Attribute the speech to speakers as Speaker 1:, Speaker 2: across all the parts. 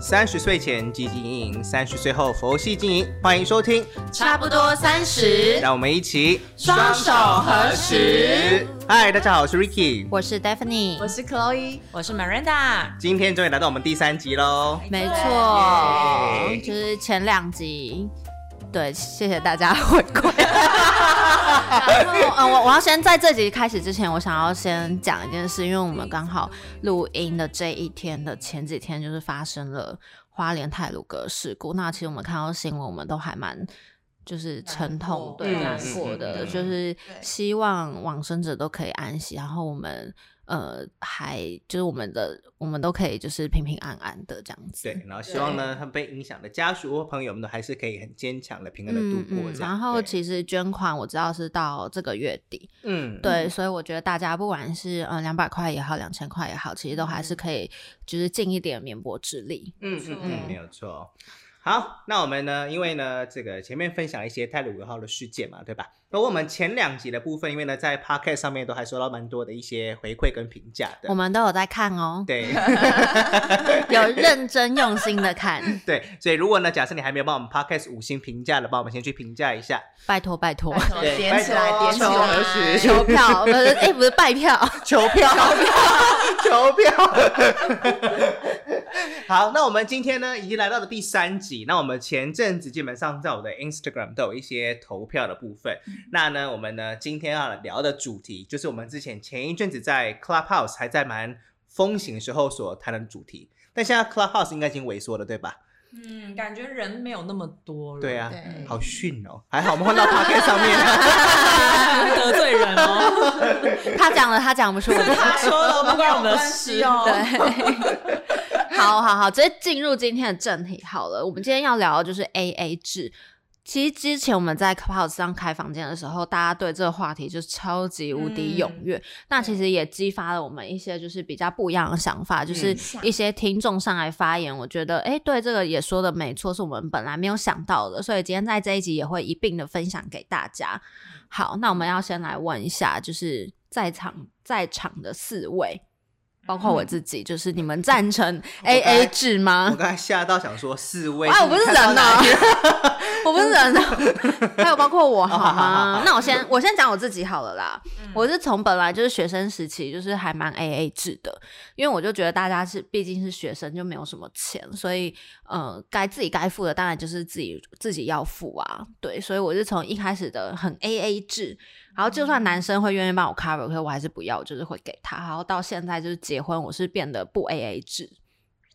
Speaker 1: 三十岁前积极经营，三十岁后佛系经营。欢迎收听，
Speaker 2: 差不多三十，
Speaker 1: 让我们一起
Speaker 2: 双手合十。
Speaker 1: 嗨，大家好，我是 Ricky，
Speaker 3: 我是 Daphne，
Speaker 4: 我是 Chloe，
Speaker 2: 我是 Miranda。
Speaker 1: 今天终于来到我们第三集喽。
Speaker 3: 没
Speaker 1: 耶
Speaker 3: 错，就是前两集。对，谢谢大家回馈。然后，嗯，我我要先在这集开始之前，我想要先讲一件事，因为我们刚好录音的这一天的前几天，就是发生了花莲泰鲁阁事故。那其实我们看到新闻，我们都还蛮就是沉痛，对，
Speaker 1: 嗯
Speaker 3: 难过的，
Speaker 1: 嗯
Speaker 3: 就是
Speaker 4: 对
Speaker 3: 希望往生者都可以安息，然后我们呃还就是我们的我们都可以就是平平安安的这样子。
Speaker 1: 对，然后希望呢，他们被影响的家属或朋友们都还是可以很坚强的、平安的度
Speaker 3: 嗯
Speaker 1: 过
Speaker 3: 嗯，
Speaker 1: 这样。
Speaker 3: 然后
Speaker 1: 对
Speaker 3: 其实捐款我知道是到这个月底，
Speaker 1: 嗯，
Speaker 3: 对，所以我觉得大家不管是嗯两百块也好，两千块也好，其实都还是可以，就是尽一点绵薄之力。
Speaker 1: 嗯嗯嗯，
Speaker 3: 嗯
Speaker 1: 没有错。好，那我们呢？因为呢，这个前面分享了一些泰鲁格号的事件嘛，对吧？包括我们前两集的部分，因为呢，在 Podcast 上面都还收到蛮多的一些回馈跟评价的。
Speaker 3: 我们都有在看哦，
Speaker 1: 对
Speaker 3: 有认真用心的 看，
Speaker 1: 对，所以如果呢，假设你还没有帮我们 Podcast 五星评价的，帮我们先去评价一下。
Speaker 3: 拜托拜托，
Speaker 1: 对
Speaker 4: 哦点起来，点起
Speaker 1: 求
Speaker 4: 来，
Speaker 1: 何时？
Speaker 3: 求票不是哎、不是拜 票，
Speaker 1: 求票，求票， 好，那我们今天呢，已经来到了第三集。那我们前阵子基本上在我的 Instagram 都有一些投票的部分。那呢，我们呢今天要聊的主题，就是我们之前前一阵子在 Clubhouse 还在蛮风行的时候所谈论的主题。但现在 Clubhouse 应该已经萎缩了，对吧？
Speaker 2: 嗯，感觉人没有那么多了。
Speaker 1: 对啊，
Speaker 4: 对
Speaker 1: 好逊哦！还好我们换到 Pocket 上面。
Speaker 2: 得罪人哦。
Speaker 3: 他讲了，他讲不是我的。
Speaker 2: 他说了，不关我们的事哦。
Speaker 3: 对， 好好好，直接进入今天的正题好了。我们今天要聊的就是 A A 制。其实之前我们在 Clubhouse 上开房间的时候，大家对这个话题就超级无敌踊跃。那其实也激发了我们一些就是比较不一样的想法，就是一些听众上来发言，我觉得哎、诶对这个也说的没错，是我们本来没有想到的，所以今天在这一集也会一并的分享给大家。好，那我们要先来问一下，就是在场在场的四位，包括我自己，就是你们赞 成 A A 制
Speaker 1: 我
Speaker 3: 吗？
Speaker 1: 刚才吓到，想说四位。
Speaker 3: 啊哎，我不是人
Speaker 1: 啊
Speaker 3: 呢，我不是人呢， 还有包括我哦好
Speaker 1: 好好好
Speaker 3: 吗？那我先我先讲我自己好了啦。
Speaker 2: 嗯
Speaker 3: 我是从本来就是学生时期，就是还蛮 A A 制的，因为我就觉得大家是毕竟是学生，就没有什么钱，所以呃，该自己该付的当然就是自己自己要付啊。对，所以我是从一开始的很 A A 制，然后就算男生会愿意帮我 cover，可是我还是不要，就是会给他。然后到现在就是结婚，我是变得不 A A 制。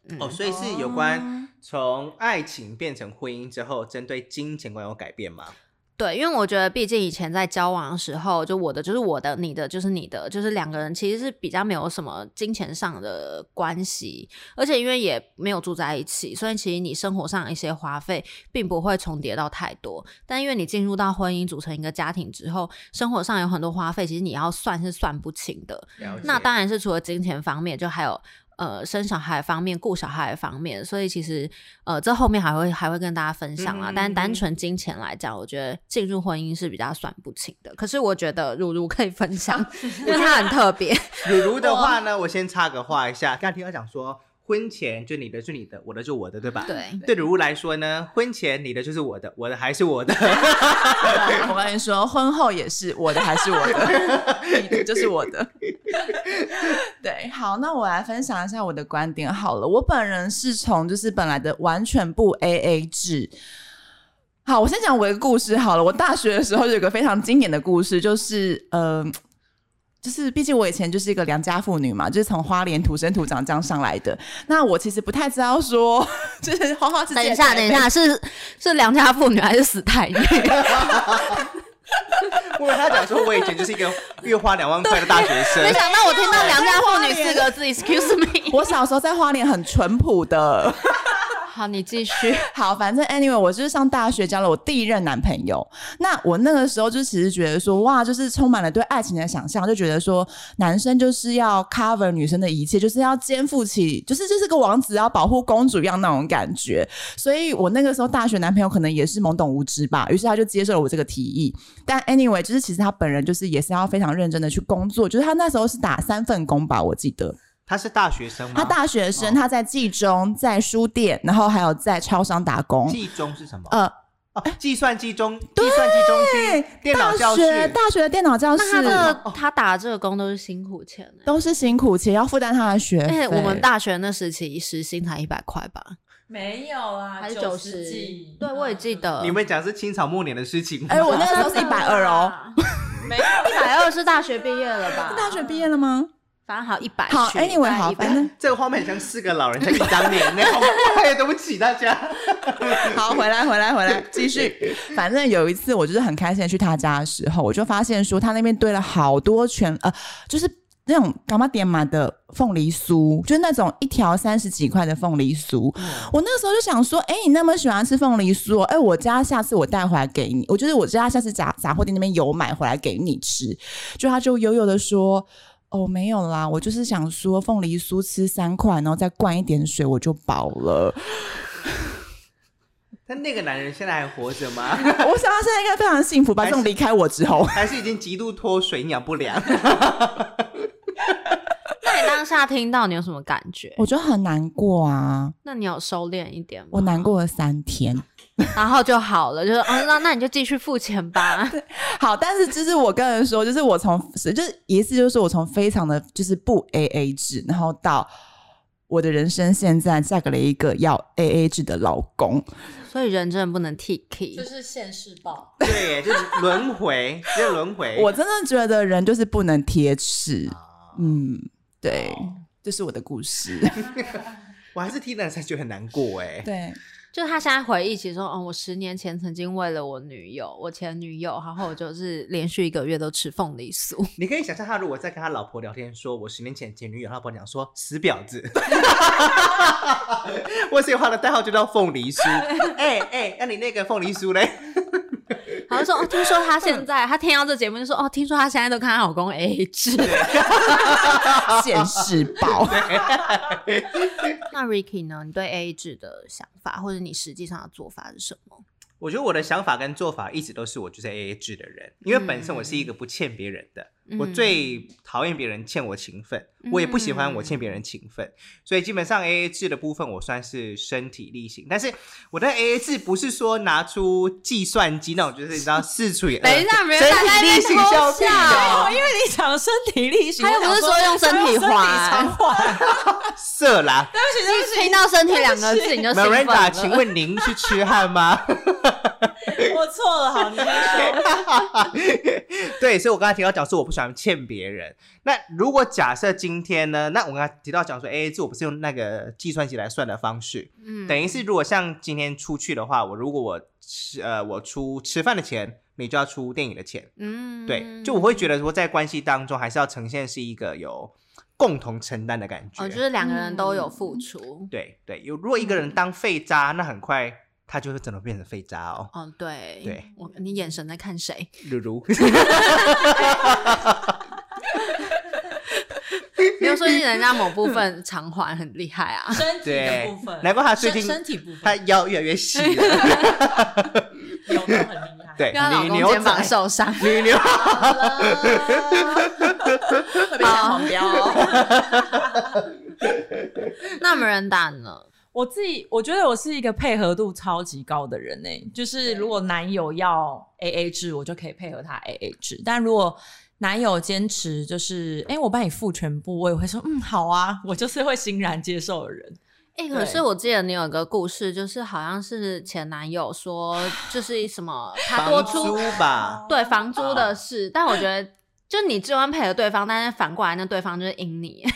Speaker 3: 嗯
Speaker 1: 哦，所以是有
Speaker 2: 哦
Speaker 1: 关从爱情变成婚姻之后，针对金钱观有改变吗？
Speaker 3: 对，因为我觉得，毕竟以前在交往的时候，就我的就是我的，你的就是你的，就是两个人其实是比较没有什么金钱上的关系，而且因为也没有住在一起，所以其实你生活上的一些花费并不会重叠到太多。但因为你进入到婚姻，组成一个家庭之后，生活上有很多花费，其实你要算是算不清的。
Speaker 1: 了解
Speaker 3: 那当然是除了金钱方面，就还有呃生小孩方面、顾小孩方面，所以其实呃这后面还会还会跟大家分享啦。
Speaker 1: 嗯
Speaker 3: 但单纯金钱来讲，我觉得进入婚姻是比较算不清的。可是我觉得如如可以 分享，因为她很特别。
Speaker 1: 如如的话呢，我先插个话一下，刚才听到讲说婚前就你的就你的，我的就我的， 对吧？。
Speaker 3: 对，
Speaker 1: 对如如来说呢，婚前你的就是我的，我的还是我的，
Speaker 4: 我跟你说，婚后也是我的，还是我 的，你的就是我的。对，好，那我来分享一下我的观点好了。我本人是从就是本来的完全不 AA 制。好，我先讲我一个故事好了。我大学的时候有一个非常经典的故事，就是呃，就是毕竟我以前就是一个良家妇女嘛，就是从花莲土生土长这样上来的。那我其实不太知道说， 就是花花世界。
Speaker 3: 等一下，等一下，是是良家妇女还是死 太女？
Speaker 1: 因为他讲说我以前就是一个月花两万块的大学
Speaker 3: 没
Speaker 1: 生，
Speaker 3: 想到我听到良家妇女四个字，excuse me。
Speaker 4: 我小时候在花莲很淳朴的。
Speaker 3: 好，你 继续。
Speaker 4: 好，反正 anyway，我就是上大学交了我第一任男朋友。那我那个时候就其实觉得说，哇，就是充满了对爱情的想象，就觉得说男生就是要 cover 女生的一切，就是要肩负起，就是就是个王子要保护公主一样那种感觉。所以我那个时候大学男朋友可能也是懵懂无知吧，于是他就接受了我这个提议。但 anyway，就是其实他本人就是也是要非常认真的去工作，就是他那时候是打三份工吧，我记得。
Speaker 1: 他是大学生吗？
Speaker 4: 他大学生，他在冀中，在书店，然后还有在超商打工。
Speaker 1: 计中是什么？
Speaker 4: 呃，
Speaker 1: 哦，计算机中，计算机中心，电脑
Speaker 4: 大
Speaker 1: 教室，
Speaker 4: 学大学的电脑教室
Speaker 3: 那他的他打这个工都是辛苦钱欸
Speaker 4: 都是辛苦且要负担他的学
Speaker 3: 而
Speaker 4: 费。
Speaker 3: 且哎我们大学那时期时薪才一百块吧，
Speaker 2: 没有啦，
Speaker 3: 还是
Speaker 2: 九
Speaker 3: 啊十嗯
Speaker 2: 几？？
Speaker 3: 对，我也记
Speaker 4: 呃
Speaker 3: 得。
Speaker 1: 你们讲是清朝末年的事情吗？
Speaker 4: 哎、我那个时候是一百二哦。，
Speaker 2: 没有。
Speaker 3: 一百二是大学毕业了吧？
Speaker 4: 大学毕业了吗？
Speaker 3: 反正好一百。
Speaker 4: 好，anyway，好，
Speaker 3: 一百
Speaker 4: 反正
Speaker 1: 这个画面很像四个老人在忆当年那样。哎呀，对不起大家。
Speaker 4: 好，回来，回来，回来，继续。反正有一次，我就是很开心的去他家的时候，我就发现说他那边堆了好多全呃，就是那种干妈点嘛的凤梨酥，就是那种一条三十几块的凤梨酥。我那时候就想说，哎、你那么喜欢吃凤梨酥、哦，哎、我家下次我带回来给你，我觉得我家下次杂杂货店那边有买回来给你吃。就他就悠悠的说。哦，没有啦，我就是想说凤梨酥吃三块，然后再灌一点水，我就饱了。
Speaker 1: 但那个男人现在还活着 吗？
Speaker 4: 我想他现在应该非常幸福吧？
Speaker 1: 还
Speaker 4: 自
Speaker 1: 是
Speaker 4: 从离开我之后，
Speaker 1: 还是已经极度脱水，营养不 良？
Speaker 3: 那你当下听到你有什么感觉？
Speaker 4: 我觉得很难过啊，
Speaker 3: 那你有收敛一点吗？
Speaker 4: 我难，过了三天。
Speaker 3: 然后就好了，就是哦，那那你就继续付钱 吧。
Speaker 4: 好，但是就是我跟人说，就是我从就是意思就是我从非常的就是不 A A 制，然后到我的人生现在嫁给了一个要 A A 制的老公。
Speaker 3: 所以人真的不能 T K，
Speaker 2: 嗯就是现世报，
Speaker 1: 对耶，就是轮回，只有轮回。
Speaker 4: 我真的觉得人就是不能贴齿。
Speaker 3: 啊
Speaker 4: 嗯，对，
Speaker 3: 哦
Speaker 4: 这是我的故事。
Speaker 1: 我还是听了才觉得很难过哎。
Speaker 4: 对，
Speaker 3: 就他现在回忆起说，哦，我十年前曾经为了我女友，我前女友，然后我就是连续一个月都吃凤梨酥，
Speaker 1: 你可以想象他如果在跟他老婆聊天，说我十年前前女友，他老婆讲说死婊子， 我所以他的代号就叫凤梨 酥。哎哎，那你那个凤梨酥嘞？
Speaker 3: 然后说，哦，听说她现在，她听到这节目就说，哦，听说她现在都跟她老公 A A 制。
Speaker 4: 现世报。
Speaker 3: 那 Ricky 呢？你对 A A 制的想法，或者你实际上的做法是什么？
Speaker 1: 我觉得我的想法跟做法一直都是我就是 A A 制的人，因为本身我是一个不欠别人的，我
Speaker 3: 嗯
Speaker 1: 最讨厌别人欠我情分，我也不喜欢我欠
Speaker 3: 嗯
Speaker 1: 别人情分，所以基本上 A A 制的部分我算是身体力行。但是我的 A A 制不是说拿出计算机那种，就是你知道四除以二，
Speaker 3: 等一下，没人
Speaker 1: 身
Speaker 3: 大家
Speaker 1: 体力
Speaker 3: 在
Speaker 1: 行
Speaker 3: 那
Speaker 1: 笑
Speaker 3: 偷
Speaker 1: 屁
Speaker 3: 笑哎
Speaker 1: 哦，
Speaker 2: 因为你讲身体力行，
Speaker 3: 他又不
Speaker 2: 我
Speaker 3: 是
Speaker 2: 想
Speaker 3: 说用身体
Speaker 2: 用身体
Speaker 3: 还
Speaker 2: 偿，
Speaker 1: 色啦。
Speaker 2: 对不起，对不起，
Speaker 3: 听到身体两个字你就兴奋
Speaker 1: Miranda，
Speaker 3: 了。
Speaker 1: 请问您是痴汉吗？
Speaker 2: 我错了， 好，你说。
Speaker 1: 对，所以我刚才提到讲说我不喜欢欠别人。那如果假设今天呢，那我刚才提到讲说 A A 制，我不是用那个计算机来算的方式，
Speaker 3: 嗯
Speaker 1: 等于是如果像今天出去的话，我如果我吃呃我出吃饭的钱，你就要出电影的钱。
Speaker 3: 嗯
Speaker 1: 对，就我会觉得说在关系当中还是要呈现是一个有共同承担的感觉。
Speaker 3: 哦，就是两个人都有付出。
Speaker 1: 对对，有如果一个人当废渣，那很快他就会真的变成废渣 哦。
Speaker 3: 哦，对，
Speaker 1: 对，
Speaker 3: 我你眼神在看谁？
Speaker 1: 如如，
Speaker 3: 没有说不定人家某部 分偿还很厉害啊。
Speaker 2: 身体 的
Speaker 1: 对
Speaker 2: 部分，，
Speaker 1: 难怪他最
Speaker 2: 身
Speaker 1: 近
Speaker 2: 身体部
Speaker 1: 他
Speaker 2: 分
Speaker 1: 腰越来越细了。
Speaker 2: 有的很厉害。
Speaker 1: 对，
Speaker 3: 让老
Speaker 1: 女
Speaker 3: 公
Speaker 1: 牛
Speaker 3: 肩膀
Speaker 1: 仔，
Speaker 3: 受伤。
Speaker 1: 女牛，
Speaker 2: 好
Speaker 3: 呃
Speaker 2: 了，会被下黄标哦。
Speaker 3: 那没人打呢？
Speaker 2: 我自己我觉得我是一个配合度超级高的人呢、就是如果男友要 A A 制，我就可以配合他 A A 制；但如果男友坚持就是，哎、我帮你付全部，我也会说，嗯，好啊，我就是会欣然接受的人。
Speaker 3: 哎、可
Speaker 2: 对
Speaker 3: 是我记得你有个故事，就是好像是前男友说，就是什 么他多
Speaker 1: 房
Speaker 3: 出
Speaker 1: 租吧，
Speaker 3: 对房租
Speaker 2: 哦
Speaker 3: 的事，但我觉得就你只欢配合对方，但是反过来那对方就是赢你，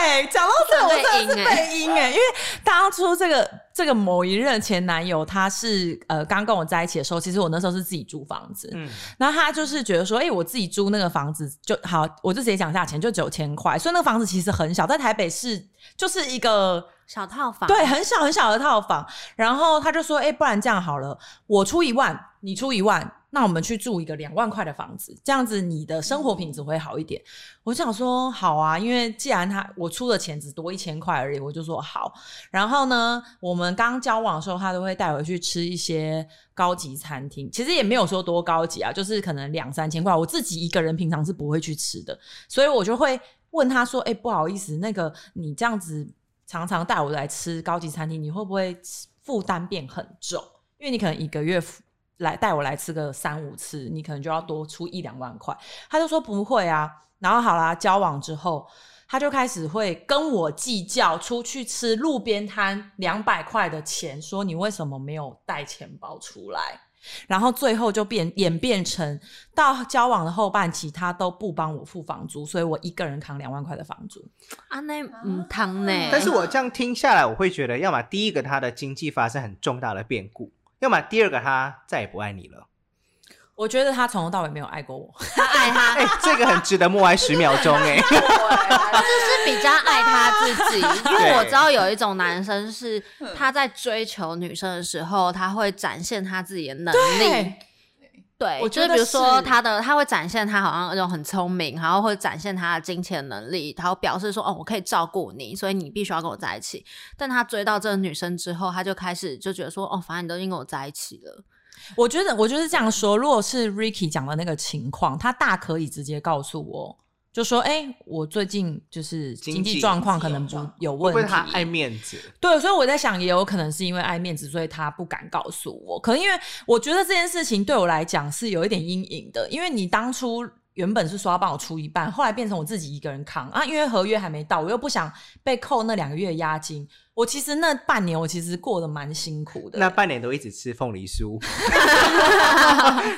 Speaker 2: 哎，讲到这，我真的是
Speaker 3: 真的被
Speaker 2: 被阴哎、因为当初这个这个某一任前男友，他是呃刚跟我在一起的时候，其实我那时候是自己租房子，
Speaker 1: 嗯，
Speaker 2: 然后他就是觉得说，哎、我自己租那个房子就好，我就直接讲价钱，就九千块，所以那个房子其实很小，在台北市就是一个
Speaker 3: 小套房。
Speaker 2: 对，很小很小的套房。然后他就说，哎、不然这样好了，我出一万，你出一万，那我们去住一个两万块的房子，这样子你的生活品质会好一点。我想说，好啊，因为既然他我出的钱只多一千块而已，我就说好。然后呢，我们刚交往的时候，他都会带我去吃一些高级餐厅，其实也没有说多高级啊，就是可能两三千块，我自己一个人平常是不会去吃的，所以我就会问他说：“哎、不好意思，那个你这样子常常带我来吃高级餐厅，你会不会负担变很重？因为你可能一个月来带我来吃个三五次，你可能就要多出一两万块。”他就说：“不会啊。”然后好啦，交往之后。他就开始会跟我计较，出去吃路边摊两百块的钱，说你为什么没有带钱包出来？然后最后就变演变成到交往的后半期，他都不帮我付房租，所以我一个人扛两万块的房租。
Speaker 3: 啊，那嗯汤呢？
Speaker 1: 但是我这样听下来，我会觉得，要么第一个他的经济发生很重大的变故，要么第二个他再也不爱你了。
Speaker 2: 我觉得他从头到尾没有爱过我，
Speaker 3: 他爱 他，
Speaker 1: 哎、这个很值得默哀十秒钟哎、
Speaker 3: 他就是比较爱他自 己，因为
Speaker 1: 对
Speaker 3: 我知道有一种男生是他在追求女生的时候，他会展现他自己的能力。对，
Speaker 2: 我觉
Speaker 3: 就是
Speaker 2: 得
Speaker 3: 比如说
Speaker 2: 是
Speaker 3: 他的，他会展现他好像那种很聪明，然后会展现他的金钱能力，然后表示说，哦，我可以照顾你，所以你必须要跟我在一起。但他追到这个女生之后，他就开始就觉得说，哦，反正你都已经跟我在一起了，
Speaker 2: 我觉得我就是这样说。如果是 Ricky 讲的那个情况，他大可以直接告诉我，就说：“哎、我最近就是经
Speaker 1: 经济
Speaker 2: 济状况可能不有
Speaker 1: 会
Speaker 2: 问
Speaker 1: 不
Speaker 2: 题。
Speaker 1: 会他爱面子？
Speaker 2: 对，所以我在想，也有可能是因为爱面子，所以他不敢告诉我。可能因为我觉得这件事情对我来讲是有一点阴影的，因为你当初原本是说要帮我出一半，后来变成我自己一个人扛啊，因为合约还没到，我又不想被扣那两个月的押金。我其实那半年我其实过得蛮辛苦的，
Speaker 1: 那半年都一直吃凤梨酥，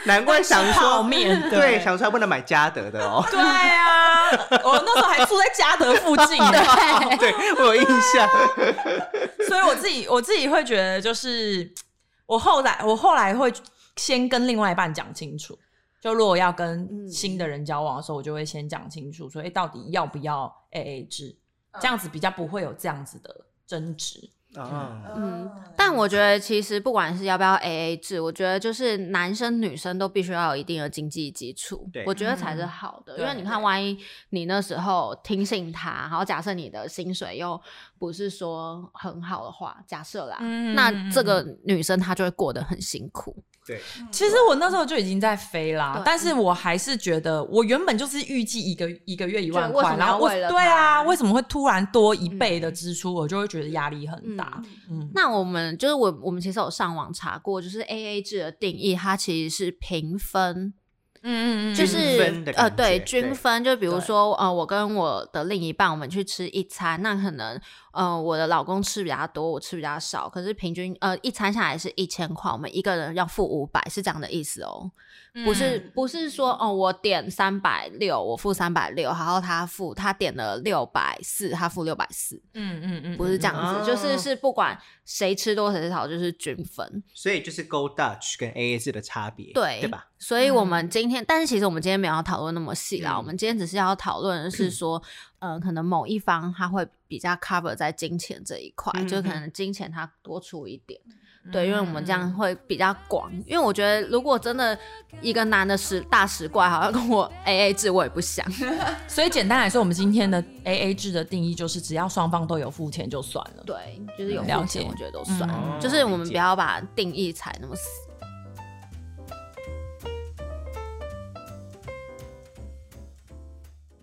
Speaker 1: 难怪想
Speaker 2: 吃泡
Speaker 1: 说
Speaker 2: 面对
Speaker 1: 对，想说还不能买嘉德的哦。
Speaker 2: 对啊，我那时候还住在嘉德附近呢，
Speaker 1: 对，我有印象。
Speaker 2: 所以我自己我自己会觉得，就是我后来我后来会先跟另外一半讲清楚，就如果要跟新的人交往的时候，我就会先讲清楚，说哎、诶到底要不要 A A 制，这样子比较不会有这样子的争执。
Speaker 1: 哦
Speaker 3: 嗯，但我觉得其实不管是要不要 A A 制，我觉得就是男生女生都必须要有一定的经济基础
Speaker 1: 对，
Speaker 3: 我觉得才是好的。
Speaker 2: 嗯
Speaker 3: 因为你看，
Speaker 2: 对
Speaker 3: 万一你那时候听信他，然后假设你的薪水又不是说很好的话，假设啦，
Speaker 2: 嗯
Speaker 3: 那这个女生她就会过得很辛苦。
Speaker 1: 对，
Speaker 2: 嗯其实我那时候就已经在飞啦
Speaker 3: 对，
Speaker 2: 但是我还是觉得，我原本就是预计一个一个月一万
Speaker 3: 就为什
Speaker 2: 块，
Speaker 3: 么
Speaker 2: 然后我
Speaker 3: 要为了
Speaker 2: 对
Speaker 3: 他嗯
Speaker 2: 啊，为什么会突然多一倍的支出，我就会觉得压力很大。嗯
Speaker 3: 那我们就是我，我们其实有上网查过，就是 A A 制的定义，它其实是平分
Speaker 2: 嗯
Speaker 3: 就
Speaker 1: 均分
Speaker 3: 是
Speaker 1: 的
Speaker 3: 呃，
Speaker 1: 感
Speaker 3: 对，
Speaker 1: 觉对
Speaker 3: 均分，就比如
Speaker 2: 对
Speaker 3: 说呃，我跟我的另一半我们去吃一餐，那可能呃，我的老公吃比较多，我吃比较少，可是平均呃，一餐下来是一千块，我们一个人要付五百，是这样的意思哦，
Speaker 2: 嗯
Speaker 3: 不是不是说哦，我点三百六，我付三百六，然后他付他点了六百四，他付六百四，
Speaker 2: 嗯嗯嗯，
Speaker 3: 不是这样子，就
Speaker 1: 哦
Speaker 3: 是是不管谁吃多谁少，就是均分。
Speaker 1: 所以就是 Go Dutch 跟 AA 制的差别，
Speaker 3: 对，
Speaker 1: 对吧？？
Speaker 3: 所以我们今天，但是其实我们今天没有要讨论那么细啦，
Speaker 1: 嗯
Speaker 3: 我们今天只是要讨论的是说，呃，可能某一方他会比较 cover 在金钱这一块，
Speaker 1: 嗯
Speaker 3: 就可
Speaker 1: 嗯
Speaker 3: 能金钱他多出一点。对，因为我们这样会比较广，因为我觉得如果真的一个男的十大十怪，好像跟我 A A 制，我也不 想。
Speaker 2: 所以简单来说，我们今天的 A A 制的定义就是，只要双方都有付钱就算了。
Speaker 3: 对，就是有
Speaker 2: 嗯
Speaker 3: 付
Speaker 2: 了
Speaker 3: 钱，
Speaker 2: 解
Speaker 3: 我觉得都算，
Speaker 1: 嗯
Speaker 3: 就是我们
Speaker 1: 理解
Speaker 3: 不要把定义踩那么死。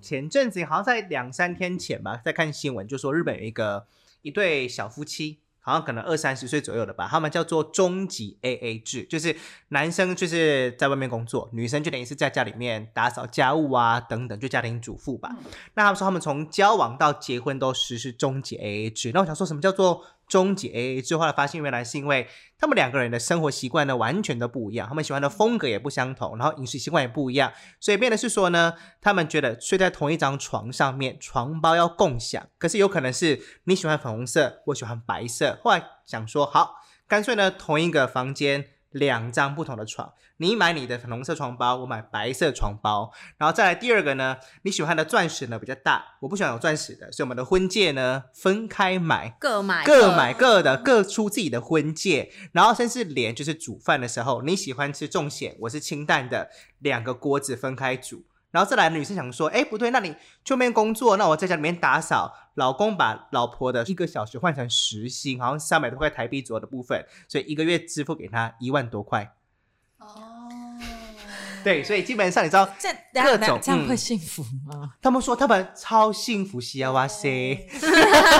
Speaker 1: 前阵子好像在两三天前吧，在看新闻就说日本有一个一对小夫妻，好像可能二三十岁左右的吧，他们叫做终极 AA 制，就是男生就是在外面工作，女生就等于是在家里面打扫家务啊等等，就家庭主妇吧。那他们说他们从交往到结婚都实施终极 AA 制，那我想说什么叫做？终极 AA 制，后来发现原来是因为他们两个人的生活习惯呢完全都不一样，他们喜欢的风格也不相同，然后饮食习惯也不一样，所以变的是说呢，他们觉得睡在同一张床上面，床包要共享。可是有可能是你喜欢粉红色，我喜欢白色。后来想说，好，干脆呢同一个房间两张不同的床，你买你的粉红色床包，我买白色床包。然后再来第二个呢，你喜欢的钻石呢比较大，我不喜欢有钻石的，所以我们的婚戒呢分开买。
Speaker 3: 各买
Speaker 1: 各买各的，各出自己的婚戒，然后甚至连就是煮饭的时候，你喜欢吃重咸，我是清淡的，两个锅子分开煮。然后再来，女生想说，哎，不对，那你去外面工作，那我在家里面打扫。老公把老婆的一个小时换成时薪，好像三百多块台币左右的部分，所以一个月支付给她一万多块。
Speaker 4: 哦，
Speaker 1: 对，所以基本上你知道，
Speaker 2: 这等下
Speaker 1: 各
Speaker 2: 等下
Speaker 1: 种
Speaker 2: 这样会
Speaker 1: 嗯
Speaker 2: 幸福吗？
Speaker 1: 他们说他们超幸福，西啊哇塞，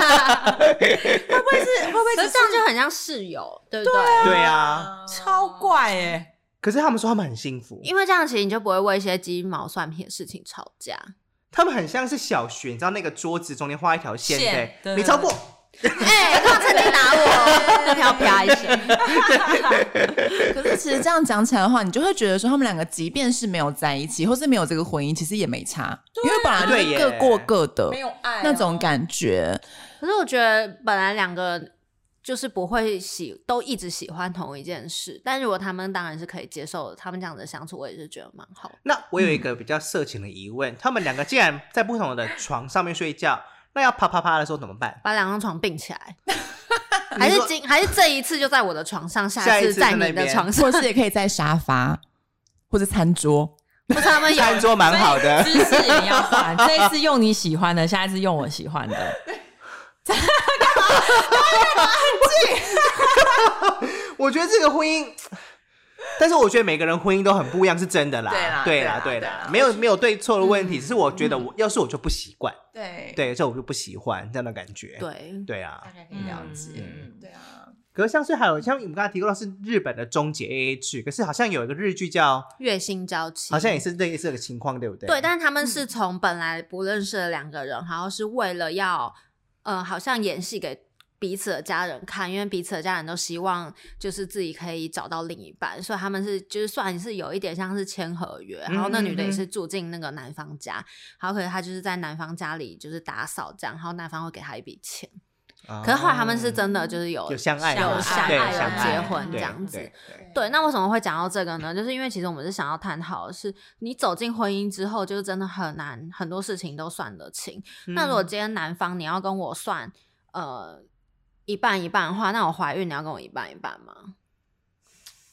Speaker 2: 会不会是会不会只
Speaker 3: 可是
Speaker 2: 是
Speaker 3: 这样就很像室友，对不对？
Speaker 1: 对啊。
Speaker 2: 超怪哎？
Speaker 1: 可是他们说他们很幸福，
Speaker 3: 因为这样其实你就不会为一些鸡毛蒜皮的事情吵架。
Speaker 1: 他们很像是小学，你知道那个桌子中间画一条线，
Speaker 2: 线
Speaker 1: 对不对，没
Speaker 2: 对对
Speaker 1: 超过，
Speaker 3: 哎、他曾经 打我，那条啪一声。
Speaker 4: 可是其实这样讲起来的话，你就会觉得说，他们两个即便是没有在一起，或是没有这个婚姻，其实也没差，因为本来
Speaker 1: 对
Speaker 4: 就是
Speaker 1: 耶
Speaker 4: 各过各的
Speaker 2: 啊 没有啊爱
Speaker 4: 那种感觉。
Speaker 3: 可是我觉得本来两个就是不会喜，都一直喜欢同一件事，但如果他们当然是可以接受他们这样的相处，我也是觉得蛮好的。
Speaker 1: 那我有一个比较色情的疑问，他们两个既然在不同的床上面睡觉，那要啪啪啪的时候怎么办？
Speaker 3: 把两张床并 起来，还是今还是这一次就在我的床上，
Speaker 1: 下
Speaker 3: 下
Speaker 1: 一次
Speaker 3: 在
Speaker 1: 在那
Speaker 3: 你的
Speaker 1: 边
Speaker 3: 床上
Speaker 4: 或，者是也可以在沙发或者餐桌。
Speaker 3: 不是他们有
Speaker 1: 餐桌蛮好的，
Speaker 2: 姿势也要换，这一次用你喜欢的，下一次用我喜欢的。
Speaker 1: 我觉得这个婚姻，但是我觉得每个人婚姻都很不一样，是真的啦，对
Speaker 4: 对啦对啦
Speaker 1: 对
Speaker 4: 对啦
Speaker 1: 没有没有对错的问题，只是我觉得我要是我就不习惯，
Speaker 4: 对，
Speaker 1: 对，这我就不喜欢这样的感觉，
Speaker 3: 对，
Speaker 1: 对啊。
Speaker 4: 概可
Speaker 2: 以了解
Speaker 4: 对 啊，
Speaker 1: 可是像是还有像我们刚才提过到是日本的终结 A A 制，可是好像有一个日剧叫，
Speaker 3: 月薪娇妻
Speaker 1: 好像也是类似这个情况，对不对？嗯
Speaker 3: 对，但是他们是从本来不认识的两个人，然后是为了要，呃，好像演戏给彼此的家人看，因为彼此的家人都希望就是自己可以找到另一半，所以他们是就是算是有一点像是签合约，然后
Speaker 1: 嗯
Speaker 3: 那女的也是住进那个男方家，然后可是她就是在男方家里就是打扫这样，然后男方会给她一笔钱，
Speaker 1: 哦，
Speaker 3: 可是后来他们是真的就是有
Speaker 1: 有哦相爱嘛，
Speaker 3: 有相
Speaker 1: 对
Speaker 3: 爱
Speaker 1: 相
Speaker 3: 有
Speaker 1: 爱
Speaker 3: 结婚这
Speaker 1: 对
Speaker 3: 样子
Speaker 1: 对。对
Speaker 3: 对，那为什么会讲到这个呢？就是因为其实我们是想要探讨的是，你走进婚姻之后，就是真的很难，很多事情都算得清。那
Speaker 2: 嗯
Speaker 3: 如果今天男方你要跟我算，呃，一半一半的话，那我怀孕你要跟我一半一半吗？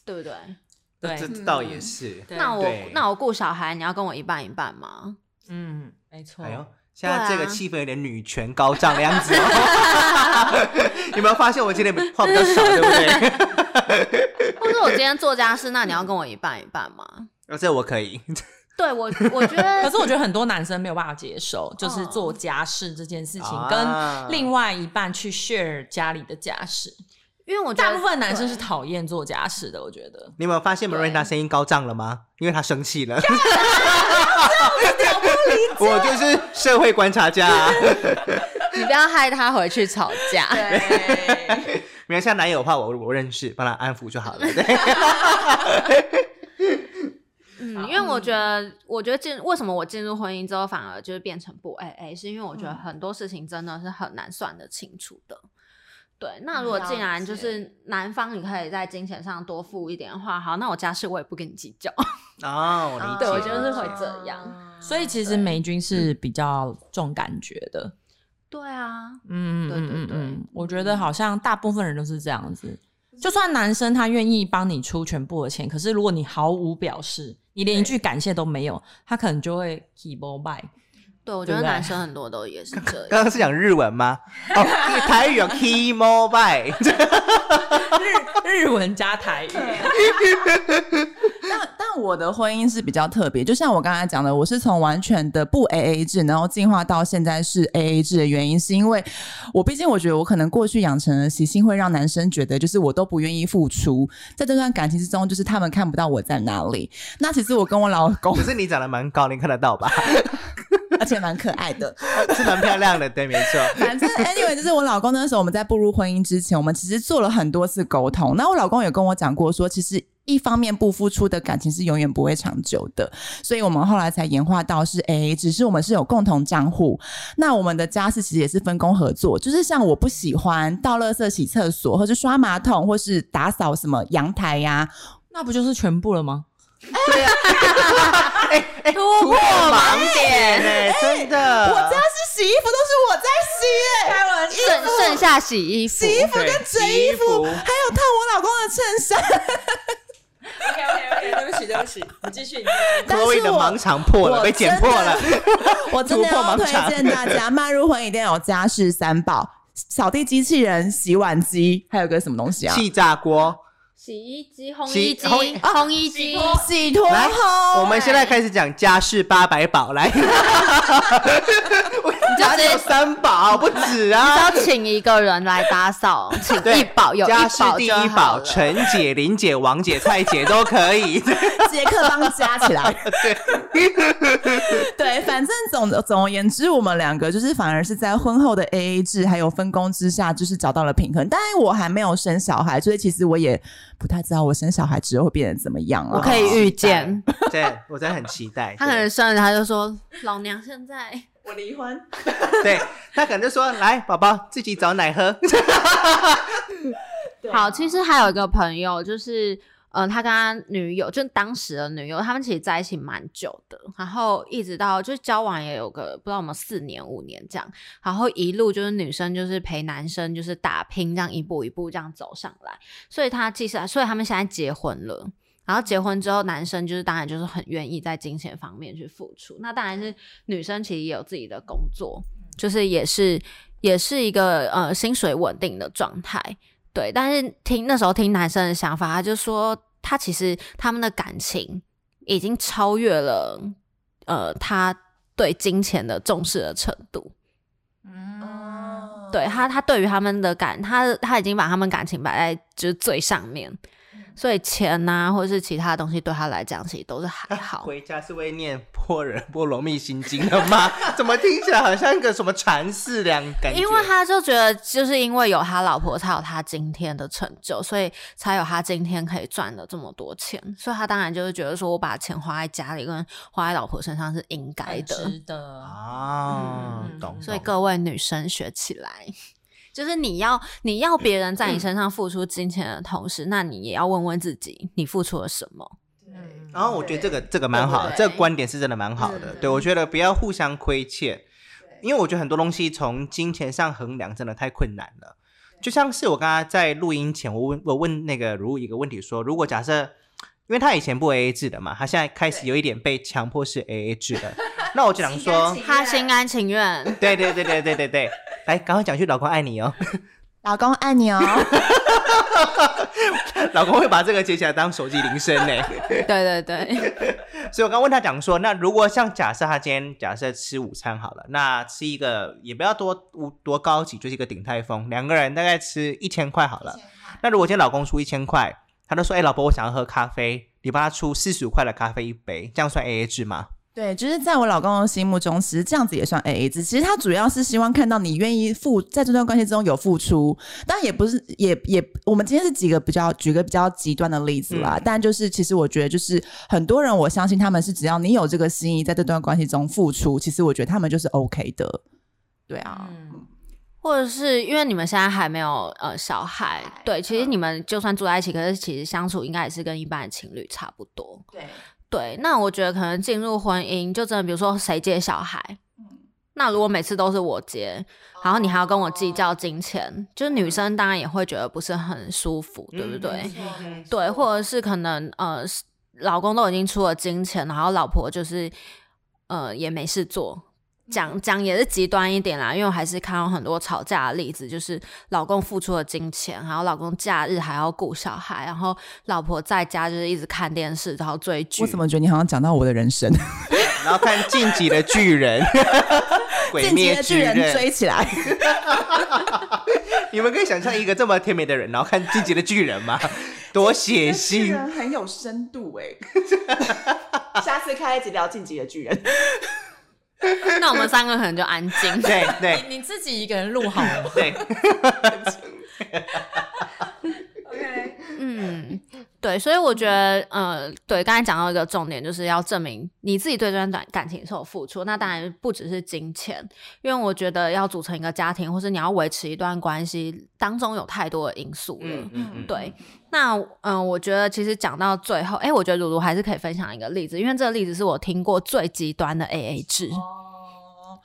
Speaker 3: 对不对？嗯
Speaker 2: 对
Speaker 1: 这这倒也是。
Speaker 2: 对
Speaker 3: 那我
Speaker 1: 对
Speaker 3: 那我顾小孩，你要跟我一半一半吗？
Speaker 2: 嗯，没错
Speaker 1: 哎。呦，现在这个
Speaker 3: 对啊
Speaker 1: 气氛有点女权高涨的样子 哦。 有没有发现我今天话比较少，对不对？
Speaker 3: 或者我今天做家事，那你要跟我一半一半吗？
Speaker 1: 呃这我可以，
Speaker 3: 对我，我觉得
Speaker 2: 可是我觉得很多男生没有办法接受，就是做家事这件事情
Speaker 1: 啊
Speaker 2: 跟另外一半去 share 家里的家事。
Speaker 3: 因为我觉得
Speaker 2: 大部分男生是
Speaker 3: 对
Speaker 2: 讨厌做家事的，我觉 得。
Speaker 1: 你有没有发现
Speaker 3: 对
Speaker 1: Miranda 声音高涨了吗？因为她生气 了。 我就是社会观察家、 啊，
Speaker 3: 你不要害他回去吵架。
Speaker 4: 对，
Speaker 1: 没有像男友的话，我我认识，帮他安抚就好了。 对，
Speaker 3: 嗯，因为我觉得，我觉得进为什么我进入婚姻之后反而就是变成不 AA，是因为我觉得
Speaker 1: 嗯
Speaker 3: 很多事情真的是很难算得清楚的。对，
Speaker 1: 嗯
Speaker 3: 那如果既然就是男方你可以在金钱上多付一点的话，好，那我家事我也不跟你计较。
Speaker 1: 哦，我理解。
Speaker 3: 对我觉得是会这样
Speaker 2: 所以其实梅君是比较重感觉的，
Speaker 3: 对啊，
Speaker 2: 嗯，
Speaker 3: 对对
Speaker 2: 嗯
Speaker 3: 对
Speaker 2: 嗯嗯我觉得好像大部分人都是这样子。就算男生他愿意帮你出全部的钱，可是如果你毫无表示，你连一句感谢都没有，他可能就会 keyboard by。
Speaker 3: 对我觉得
Speaker 2: 对不对
Speaker 3: 男生很多都也是这样。
Speaker 1: 刚刚是讲日文吗？哦，台语有 key mobile，
Speaker 2: 日 日文加台语，
Speaker 4: 但但我的婚姻是比较特别，就像我刚才讲的，我是从完全的不 AA 制，然后进化到现在是 AA 制的原因，是因为我毕竟我觉得我可能过去养成的习性会让男生觉得就是我都不愿意付出，在这段感情之中，就是他们看不到我在哪里。那其实我跟我老公
Speaker 1: 可，是你长得蛮高，你看得到吧？
Speaker 4: 而且蛮可爱的，
Speaker 1: 是蛮漂亮的，对，没错。
Speaker 4: 反正 anyway，就是我老公那时候我们在步入婚姻之前，我们其实做了很多次沟通。那我老公有跟我讲过说，其实。一方面不付出的感情是永远不会长久的，所以我们后来才演化到是 A A，只是我们是有共同账户。那我们的家事其实也是分工合作，就是像我不喜欢倒垃圾、洗厕所，或是刷马桶，或是打扫什么阳台呀、
Speaker 2: 那不就是全部了吗？
Speaker 3: 突破盲点，
Speaker 1: 哎、真的，
Speaker 4: 我家是洗衣服都是我在洗、欸，开玩
Speaker 3: 剩剩下洗衣服，
Speaker 4: 洗衣服
Speaker 1: 对
Speaker 4: 跟折
Speaker 1: 洗
Speaker 4: 衣
Speaker 1: 衣服
Speaker 4: 服，还有烫我老公的衬衫，
Speaker 2: OK OK OK，对不起对不起，你继续。
Speaker 4: 但是
Speaker 1: Chloe 的
Speaker 4: 我
Speaker 1: 盲肠破了，
Speaker 4: 我
Speaker 1: 被剪
Speaker 4: 真
Speaker 1: 破
Speaker 4: 的
Speaker 1: 了。
Speaker 4: 我真的
Speaker 1: 突破
Speaker 4: 要
Speaker 1: 盲
Speaker 4: 推
Speaker 1: 肠
Speaker 4: 荐大 家，迈入婚姻一定要有家事三宝：扫地机器人、洗碗机，还有个什么东西啊？
Speaker 1: 气炸锅、
Speaker 3: 洗衣机、烘
Speaker 1: 洗
Speaker 3: 衣机、
Speaker 1: 烘衣
Speaker 3: 烘衣机，
Speaker 4: 洗脱
Speaker 1: 来
Speaker 4: 后，
Speaker 1: 我们现在开始讲家事八百宝，来，
Speaker 3: 就
Speaker 1: 哪里有
Speaker 3: 直接
Speaker 1: 三宝不止啊
Speaker 3: 要？请一个人来 打扫，请
Speaker 1: 对
Speaker 3: 一宝有
Speaker 1: 家事
Speaker 3: 宝
Speaker 1: 第
Speaker 3: 就
Speaker 1: 一
Speaker 3: 好
Speaker 1: 宝，
Speaker 3: 了。
Speaker 1: 陈姐、林姐、王姐、蔡姐都可以。
Speaker 4: 杰克帮加起来。
Speaker 1: 对，
Speaker 4: 对，反正总总而言之，我们两个就是反而是在婚后的 AA 制还有分工之下，就是找到了平衡。当然，我还没有生小孩，所以其实我也不太知道我生小孩之后会变成怎么样啊了。
Speaker 3: 我可以预见，
Speaker 1: 对我真的很期待。
Speaker 3: 他可能生了他就说：“老娘现在
Speaker 4: 我离婚，
Speaker 1: 对对他可能就说：“来，宝宝自己找奶 喝。
Speaker 3: 好，其实还有一个朋友，就是嗯、呃他跟他女友，就当时的女友，他们其实在一起蛮久的，然后一直到就交往也有个不知道我们四年五年这样，然后一路就是女生就是陪男生就是打拼，这样一步一步这样走上来，所以他其实所以他们现在结婚了。然后结婚之后，男生就是当然就是很愿意在金钱方面去付出。那当然是女生其实也有自己的工作，就是也是也是一个呃薪水稳定的状态。对，但是听那时候听男生的想法，他就说他其实他们的感情已经超越了呃他对金钱的重视的程度。
Speaker 4: 嗯，
Speaker 3: 对他，他对于他们的感，他他已经把他们感情摆在就是最上面，所以钱呐、或者是其他东西对他来讲，其实都是还”好。
Speaker 1: 回家是会念《般若波罗蜜心经》的 吗？怎么听起来好像一个什么禅寺两感觉？
Speaker 3: 因为他就觉得，就是因为有他老婆，才有他今天的成就，所以才有他今天可以赚的这么多钱。所以他当然就是觉得说，我把钱花在家里跟花在老婆身上是应该
Speaker 2: 很
Speaker 3: 的。
Speaker 2: 值得。
Speaker 1: 啊
Speaker 2: 嗯嗯，嗯
Speaker 1: 懂。
Speaker 3: 所以
Speaker 1: 懂
Speaker 3: 各位女生学起来，就是你要你要别人在你身上付出金钱的同时，那你也要问问自己，你付出了什么？
Speaker 1: 然后我觉得这个这个蛮好的，
Speaker 3: 对
Speaker 1: 这个观点是真的蛮好的。
Speaker 3: 嗯
Speaker 1: 对我觉得不要互相亏欠，因为我觉得很多东西从金钱上衡量真的太困难了。就像是我刚刚在录音前，我问我问那个如一个问题说，如果假设，因为他以前不 A A 制的嘛，他现在开始有一点被强迫是 A A 制 的，那我就想说，
Speaker 3: 他心甘情愿。
Speaker 1: 对对对对对对对，来赶快讲一句老公爱你哦，
Speaker 4: 老公爱你哦。
Speaker 1: 老公会把这个接起来当手机铃声呢。
Speaker 3: 对对对，
Speaker 1: 所以我刚问他讲说，那如果像假设他今天假设吃午餐好了，那吃一个也不要多多高级，就是一个鼎泰丰，两个人大概吃一千块好了。那如果今天老公出一千块，他就说，哎、老婆，我想要喝咖啡，你帮他出四十五块的咖啡一杯，这样算 A A 制吗？
Speaker 4: 对，就是在我老公的心目中，其实这样子也算 AA 制。其实他主要是希望看到你愿意付，在这段关系中有付出，但也不是也也，我们今天是几个比较举个比较极端的例子啦。但就是其实我觉得，就是很多人我相信他们是只要你有这个心意，在这段关系中付出，其实我觉得他们就是 OK 的。对啊，
Speaker 2: 嗯，
Speaker 3: 或者是因为你们现在还没有呃小孩，嗯对，其实你们就算住在一起，可是其实相处应该也是跟一般的情侣差不多。
Speaker 4: 对，
Speaker 3: 对，那我觉得可能进入婚姻，就真的比如说谁接小孩，那如果每次都是我接，然后你还要跟我计较金钱，就是女生当然也会觉得不是很舒服，对不对？
Speaker 1: 嗯
Speaker 3: 对，或者是可能呃，是老公都已经出了金钱，然后老婆就是呃也没事做。讲讲也是极端一点啦，因为我还是看到很多吵架的例子，就是老公付出了金钱，然后老公假日还要顾小孩，然后老婆在家就是一直看电视，然后追剧。
Speaker 4: 我怎么觉得你好像讲到我的人生？
Speaker 1: 然后看《晋级的巨 人》《鬼
Speaker 4: 进击
Speaker 1: 灭
Speaker 4: 的巨人追起来，
Speaker 1: 你们可以想象一个这么甜美的人，然后看《晋级的巨人》吗？多血腥！
Speaker 4: 很有深度哎、 下次开一集聊《进击的巨人》。
Speaker 3: 那我们三个可能就安 静。
Speaker 1: 对对
Speaker 2: 你你自己一个人录好了，
Speaker 1: 对，
Speaker 3: 嗯，对，所以我觉得，呃，对，刚才讲到一个重点，就是要证明你自己对这段感感情是有付出。那当然不只是金钱，因为我觉得要组成一个家庭，或是你要维持一段关系，当中有太多的因素了。
Speaker 1: 嗯嗯嗯，
Speaker 3: 对，那嗯、呃我觉得其实讲到最后，哎，我觉得鲁鲁还是可以分享一个例子，因为这个例子是我听过最极端的 AA 制。
Speaker 4: 哦，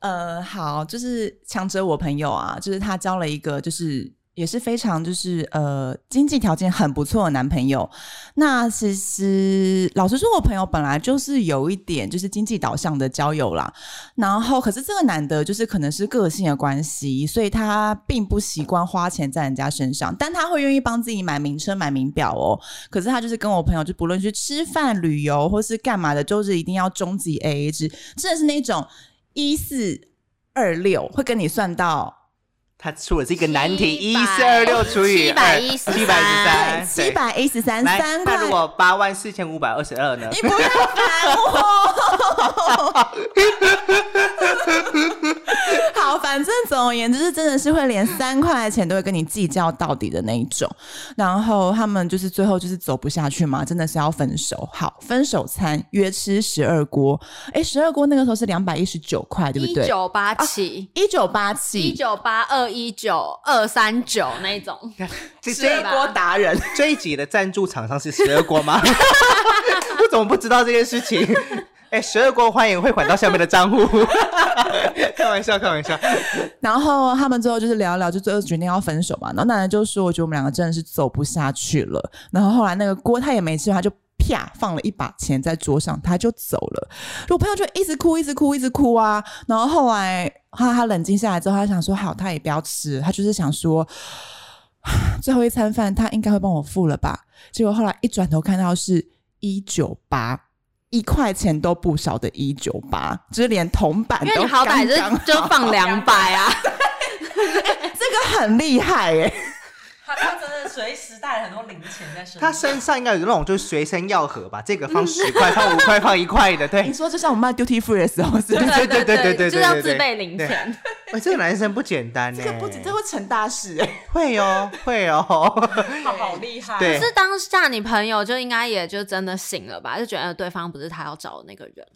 Speaker 4: 呃，好，就是强者我朋友啊，就是他交了一个就是也是非常就是呃经济条件很不错的男朋友。那其实老实说，我朋友本来就是有一点就是经济导向的交友啦。然后可是这个男的就是可能是个性的关系，所以他并不习惯花钱在人家身上，但他会愿意帮自己买名车、买名表哦。可是他就是跟我朋友就不论去吃饭、旅游或是干嘛的，就是一定要终极 AA 制，真的是那种一四二六会跟你算到。
Speaker 1: 他出了这个难题，一
Speaker 3: 700
Speaker 1: 四二六除以七
Speaker 3: 713
Speaker 1: 百一十三，
Speaker 4: 七百 A 十三
Speaker 1: 来
Speaker 4: 三块
Speaker 1: 那，如果八万四千五百二十二呢？
Speaker 4: 你不要烦 我。好，反正总而言之，是真的是会连三块钱都会跟你计较到底的那一种。然后他们就是最后就是走不下去嘛，真的是要分手。好，分手餐约吃十二锅，哎，十二锅那个时候是两百一十九块，对不啊
Speaker 3: 一
Speaker 4: 对？
Speaker 3: 九八七。
Speaker 4: 一九八
Speaker 3: 一
Speaker 4: 七，
Speaker 3: 九八二一九二三九那一种，
Speaker 4: 啊
Speaker 1: 这
Speaker 3: 是
Speaker 1: 这
Speaker 3: 吧
Speaker 4: 锅达人。
Speaker 1: 这一集的赞助厂商是十二锅吗？ 我怎么不知道这件事情？ 哎、十二锅欢迎汇款到下面的账户。开玩笑，开玩笑。
Speaker 4: 然后他们最后就是聊一聊，就最后决定要分手嘛。然后男的就说：“我觉得我们两个真的是走不下去了。”然后后来那个锅他也没吃完，他就啪放了一把钱在桌上，他就走了。我朋友就一直哭，一直哭，一直哭啊。然后后来他他冷静下来之后，他想说：“好，他也不要吃，他就是想说。” 最后一餐饭他应该会帮我付了吧？结果后来一转头看到是一九八，一块钱都不少的一九八，就是连铜板
Speaker 1: 啊
Speaker 3: 因为
Speaker 4: 都
Speaker 3: 你好歹就
Speaker 4: 刚刚好
Speaker 3: 是就放两百啊，
Speaker 4: 这个很厉害耶、
Speaker 2: 他他真的随时带了很多零钱在身
Speaker 1: 他身上应该有那种就是随身药盒吧，这个
Speaker 4: 嗯
Speaker 1: 放十块，放五 块，放一块的，对
Speaker 4: 你。说就像我们卖 duty free 的时候是不
Speaker 1: 对
Speaker 4: 是？
Speaker 1: 对对对对
Speaker 3: 就是要
Speaker 1: 对对
Speaker 3: 自备零
Speaker 1: 对
Speaker 3: 钱。
Speaker 1: 哎、这个男生不简单呢、
Speaker 4: 这个不止，这会成大事哎、
Speaker 1: 会哦，会 哦。
Speaker 2: 好好厉害
Speaker 1: 对
Speaker 3: 可是当下你朋友就应该也就真的醒了吧，就觉得对方不是他要找的那个人。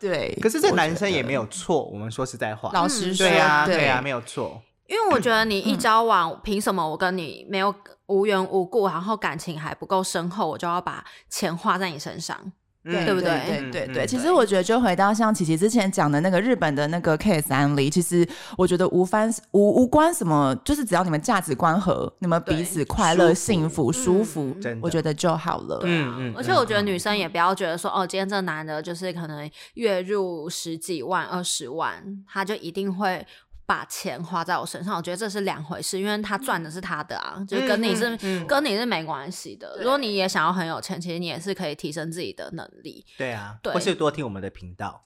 Speaker 4: 对，
Speaker 1: 可是这男生
Speaker 4: 我觉得
Speaker 1: 也没有错，我们说实在话，
Speaker 4: 老实说，
Speaker 1: 对啊，
Speaker 4: 对
Speaker 1: 对啊，没有错。
Speaker 3: 因为我觉得你一交往，凭什么我跟你没有无缘无故，然后感情还不够深厚，我就要把钱花在你身上？
Speaker 1: 嗯
Speaker 3: 对不对
Speaker 4: 对对
Speaker 1: 嗯
Speaker 4: 对。
Speaker 1: 嗯
Speaker 4: 其实我觉得，就回到像琪琪之前讲的那个日本的那个 case 案例，其实我觉得无关无无关什么，就是只要你们价值观合，你们彼此快乐、
Speaker 1: 舒服
Speaker 4: 幸福、舒服
Speaker 3: 嗯，
Speaker 1: 真的
Speaker 4: 我觉得就好了。
Speaker 3: 对啊
Speaker 1: 嗯嗯
Speaker 3: 而且我觉得女生也不要觉得说，哦，今天这男的就是可能月入十几万、二十万，他就一定会。把钱花在我身上，我觉得这是两回事，因为他赚的是他的啊，就跟你是、
Speaker 1: 嗯
Speaker 3: 跟你是没关系的。如果你也想要很有钱，其实你也是可以提升自己的能力。
Speaker 1: 对啊，
Speaker 3: 对
Speaker 1: 或是多听我们的频 道，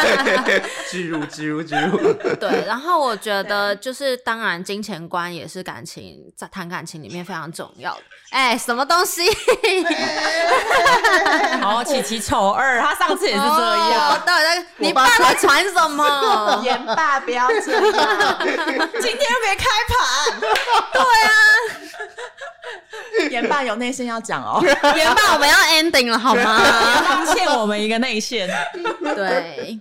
Speaker 1: 植入植入植入，
Speaker 3: 对，然后我觉得就是，当然金钱观也是感情在谈感情里面非常重要的。哎，什么东 西？
Speaker 2: 哦，琪琪丑二，他上次也是这
Speaker 3: 哦
Speaker 2: 样。
Speaker 3: 到底在你爸在传 什么？
Speaker 4: 眼爸不要这样，今天又没开盘。对 啊，眼爸有内心要讲哦。
Speaker 3: 原本我们要 ending 了好吗？
Speaker 2: 他欠我们一个内线，
Speaker 3: 对，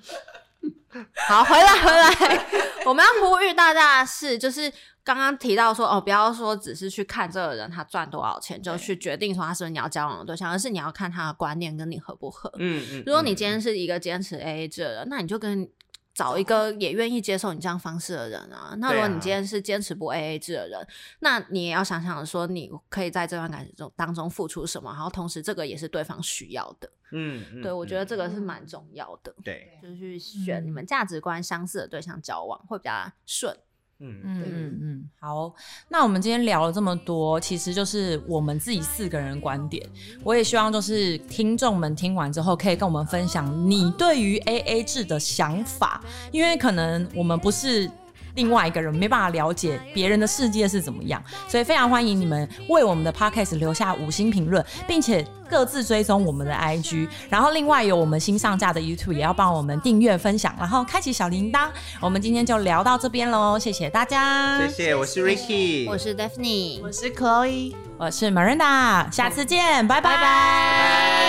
Speaker 3: 好，回来回来，我们要呼吁大家的是，就是刚刚提到说哦，不要说只是去看这个人他赚多少钱就去决定说他是不是你要交往的对象，而是你要看他的观念跟你合不合。
Speaker 1: 嗯嗯
Speaker 3: 如果你今天是一个坚持 AA 制的人，那你就跟找一个也愿意接受你这样方式的人啊。那如
Speaker 1: 对
Speaker 3: 果
Speaker 1: 啊
Speaker 3: 你今天是坚持不 AA 制的人，那你也要想想说，你可以在这段感情中当中付出什么，然后同时这个也是对方需要的。
Speaker 1: 嗯嗯
Speaker 3: 对我觉
Speaker 1: 得
Speaker 3: 得这个是蛮重要的，
Speaker 1: 对，
Speaker 3: 就是去选你们价值观相似的对象交往会比较顺。
Speaker 1: 嗯
Speaker 2: 嗯嗯嗯，好，那我们今天聊了这么多，其实就是我们自己四个人的观点。我也希望就是听众们听完之后，可以跟我们分享你对于 AA 制的想法，因为可能我们不是。另外一个人没办法了解别人的世界是怎么样，所以非常欢迎你们为我们的 podcast 留下五星评论，并且各自追踪我们的 IG，然后另外有我们新上架的 YouTube 也要帮我们订阅、分享，然后开启小铃铛。我们今天就聊到这边喽，谢谢大家，
Speaker 1: 谢谢，我是 Ricky，
Speaker 3: 我是 Daphne，
Speaker 4: 我是 Chloe。
Speaker 2: 我是 Miranda，下次见，拜拜
Speaker 3: 拜拜